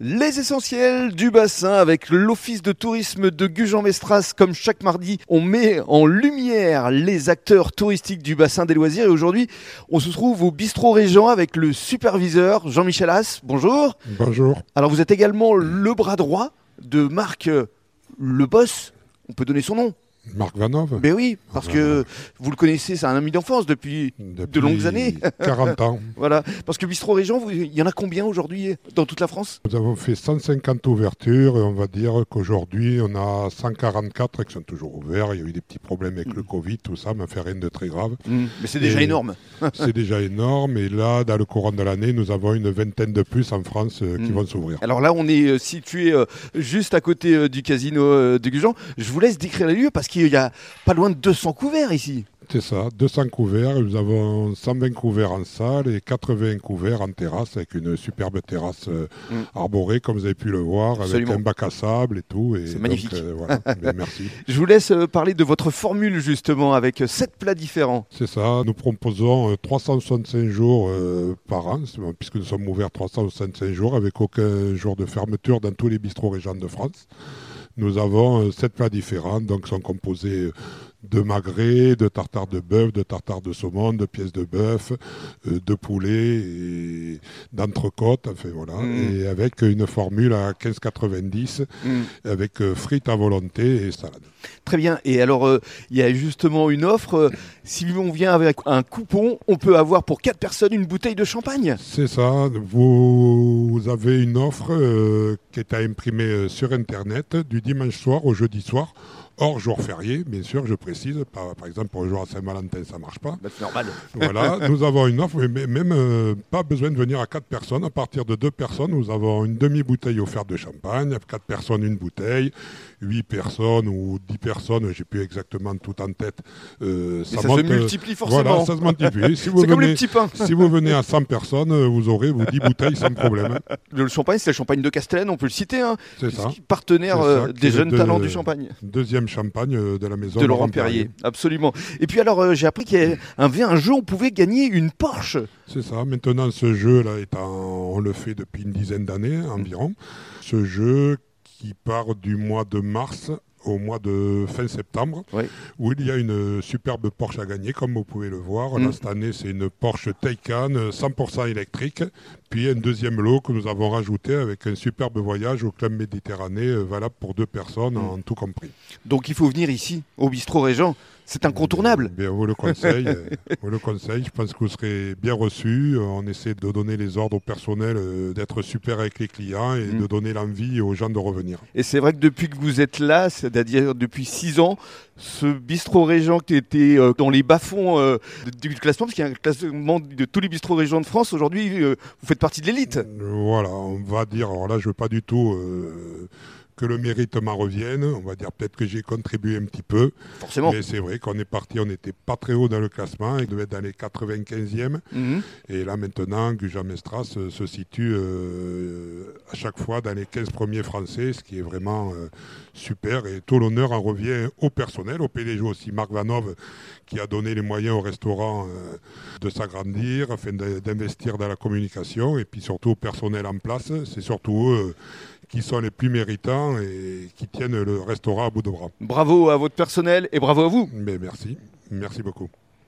Les essentiels du bassin avec l'Office de tourisme de Gujan-Mestras. Comme chaque mardi, on met en lumière les acteurs touristiques du bassin des loisirs. Et aujourd'hui, on se trouve au bistrot Régent avec le superviseur Jean-Michel Haas. Bonjour. Bonjour. Alors, vous êtes également le bras droit de Marc euh, Le Boss. On peut donner son nom. Marc Vanov. Mais oui, parce que vous le connaissez, c'est un ami d'enfance depuis. de Depuis longues années. 40 ans. Voilà. Parce que bistrot Régent, vous- il y en a combien aujourd'hui dans toute la France Nous avons fait 150 ouvertures et on va dire qu'aujourd'hui on a 144 qui sont toujours ouverts. Il y a eu des petits problèmes avec le Covid, tout ça, mais fait rien de très grave. Mais c'est déjà Et- énorme. C'est déjà énorme et là, dans le courant de l'année, nous avons une vingtaine de plus en France euh, qui Mm. vont s'ouvrir. Alors là, on est euh, situé euh, juste à côté euh, du casino euh, de Gujan. Je vous laisse décrire les lieux parce qu'il y a pas loin de 200 couverts ici. C'est ça, 200 couverts, nous avons 120 couverts en salle et 80 couverts en terrasse avec une superbe terrasse euh, Mm. arborée comme vous avez pu le voir, Absolument. avec un bac à sable et tout. et C'est donc, magnifique. euh, voilà. Ben, merci. Je vous laisse euh, parler de votre formule justement avec euh, sept plats différents. C'est ça, nous proposons euh, 365 jours euh, par an, c'est- puisque nous sommes ouverts 365 jours avec aucun jour de fermeture dans tous les bistrots régents de France. Nous avons euh, sept plats différents, donc sont composés euh, de magret, de tartare de bœuf, de tartare de saumon, de pièces de bœuf, euh, de poulet, et d'entrecôte, enfin voilà, Mhm. et avec une formule à 15,90 Mm. avec euh, frites à volonté et salade. Très bien. Et alors, euh, il y a justement une offre. euh, si on vient avec un coupon, on peut avoir pour quatre personnes une bouteille de champagne. C'est ça, vous avez une offre euh, qui est à imprimer euh, sur Internet du dimanche soir au jeudi soir, hors jour férié, bien sûr, je précise, par, par exemple pour le jour à Saint-Valentin, ça marche pas. Bah, c'est normal. Voilà, nous avons une offre, mais- mais même euh, pas besoin de venir à quatre personnes, à partir de deux personnes, nous avons une demi-bouteille offerte de champagne, à quatre personnes une bouteille, huit personnes ou dix personnes, j'ai plus exactement tout en tête. euh, Mais ça, se monte, euh, multiplie forcément. Voilà, ça se multiplie. Si vous c'est comme venez- les petits pains. si vous venez à 100 personnes, euh, vous aurez vos 10 bouteilles sans problème. Le champagne, c'est la champagne de Castellane, on peut le citer, hein, C'est ça. puisqu'il- partenaire C'est ça, euh, qui des est jeunes de- talents du champagne. Deuxième champagne euh, de la maison de Laurent Perrier. Absolument. Et puis alors, euh, j'ai appris qu'il y avait un, un jeu, on pouvait gagner une Porsche. C'est ça. Maintenant, ce jeu-là, est en- on le fait depuis une dizaine d'années environ. Ce jeu qui part du mois de mars au mois de fin septembre, Oui. où il y a une superbe Porsche à gagner, comme vous pouvez le voir. Mm. Là, cette année, c'est une Porsche Taycan euh, 100% électrique, puis un deuxième lot que nous avons rajouté avec un superbe voyage au club Méditerranée, euh, valable pour deux personnes, Mm. en tout compris. Donc il faut venir ici, au bistrot Régent. C'est incontournable. Eh Bien, vous le conseille. vous le conseille. Je pense que vous serez bien reçu. On essaie de donner les ordres au personnel, euh, d'être super avec les clients et Mm. de donner l'envie aux gens de revenir. Et c'est vrai que depuis que vous êtes là, c'est-à-dire depuis six ans, ce bistrot Régent qui était euh, dans les bas-fonds euh, du classement, parce qu'il y a un classement de tous les bistrots Régent de France, aujourd'hui, euh, vous faites partie de l'élite. Voilà, on va dire. Alors là, je veux pas du tout. euh, que le mérite m'en revienne, on va dire peut-être que j'ai contribué un petit peu, Forcément. mais c'est vrai qu'on est parti, on n'était pas très haut dans le classement, il devait être dans les 95e, Mhm. et là maintenant, Gujan-Mestras se, se situe euh, à chaque fois dans les 15 premiers Français, ce qui est vraiment euh, super. Et tout l'honneur en revient au personnel, au PDG aussi, Marc Vanov, qui a donné les moyens au restaurant euh, de s'agrandir, afin de- d'investir dans la communication, et puis surtout au personnel en place. C'est surtout eux euh, qui sont les plus méritants et qui tiennent le restaurant à bout de bras. Bravo à votre personnel et bravo à vous. Mais merci, merci beaucoup.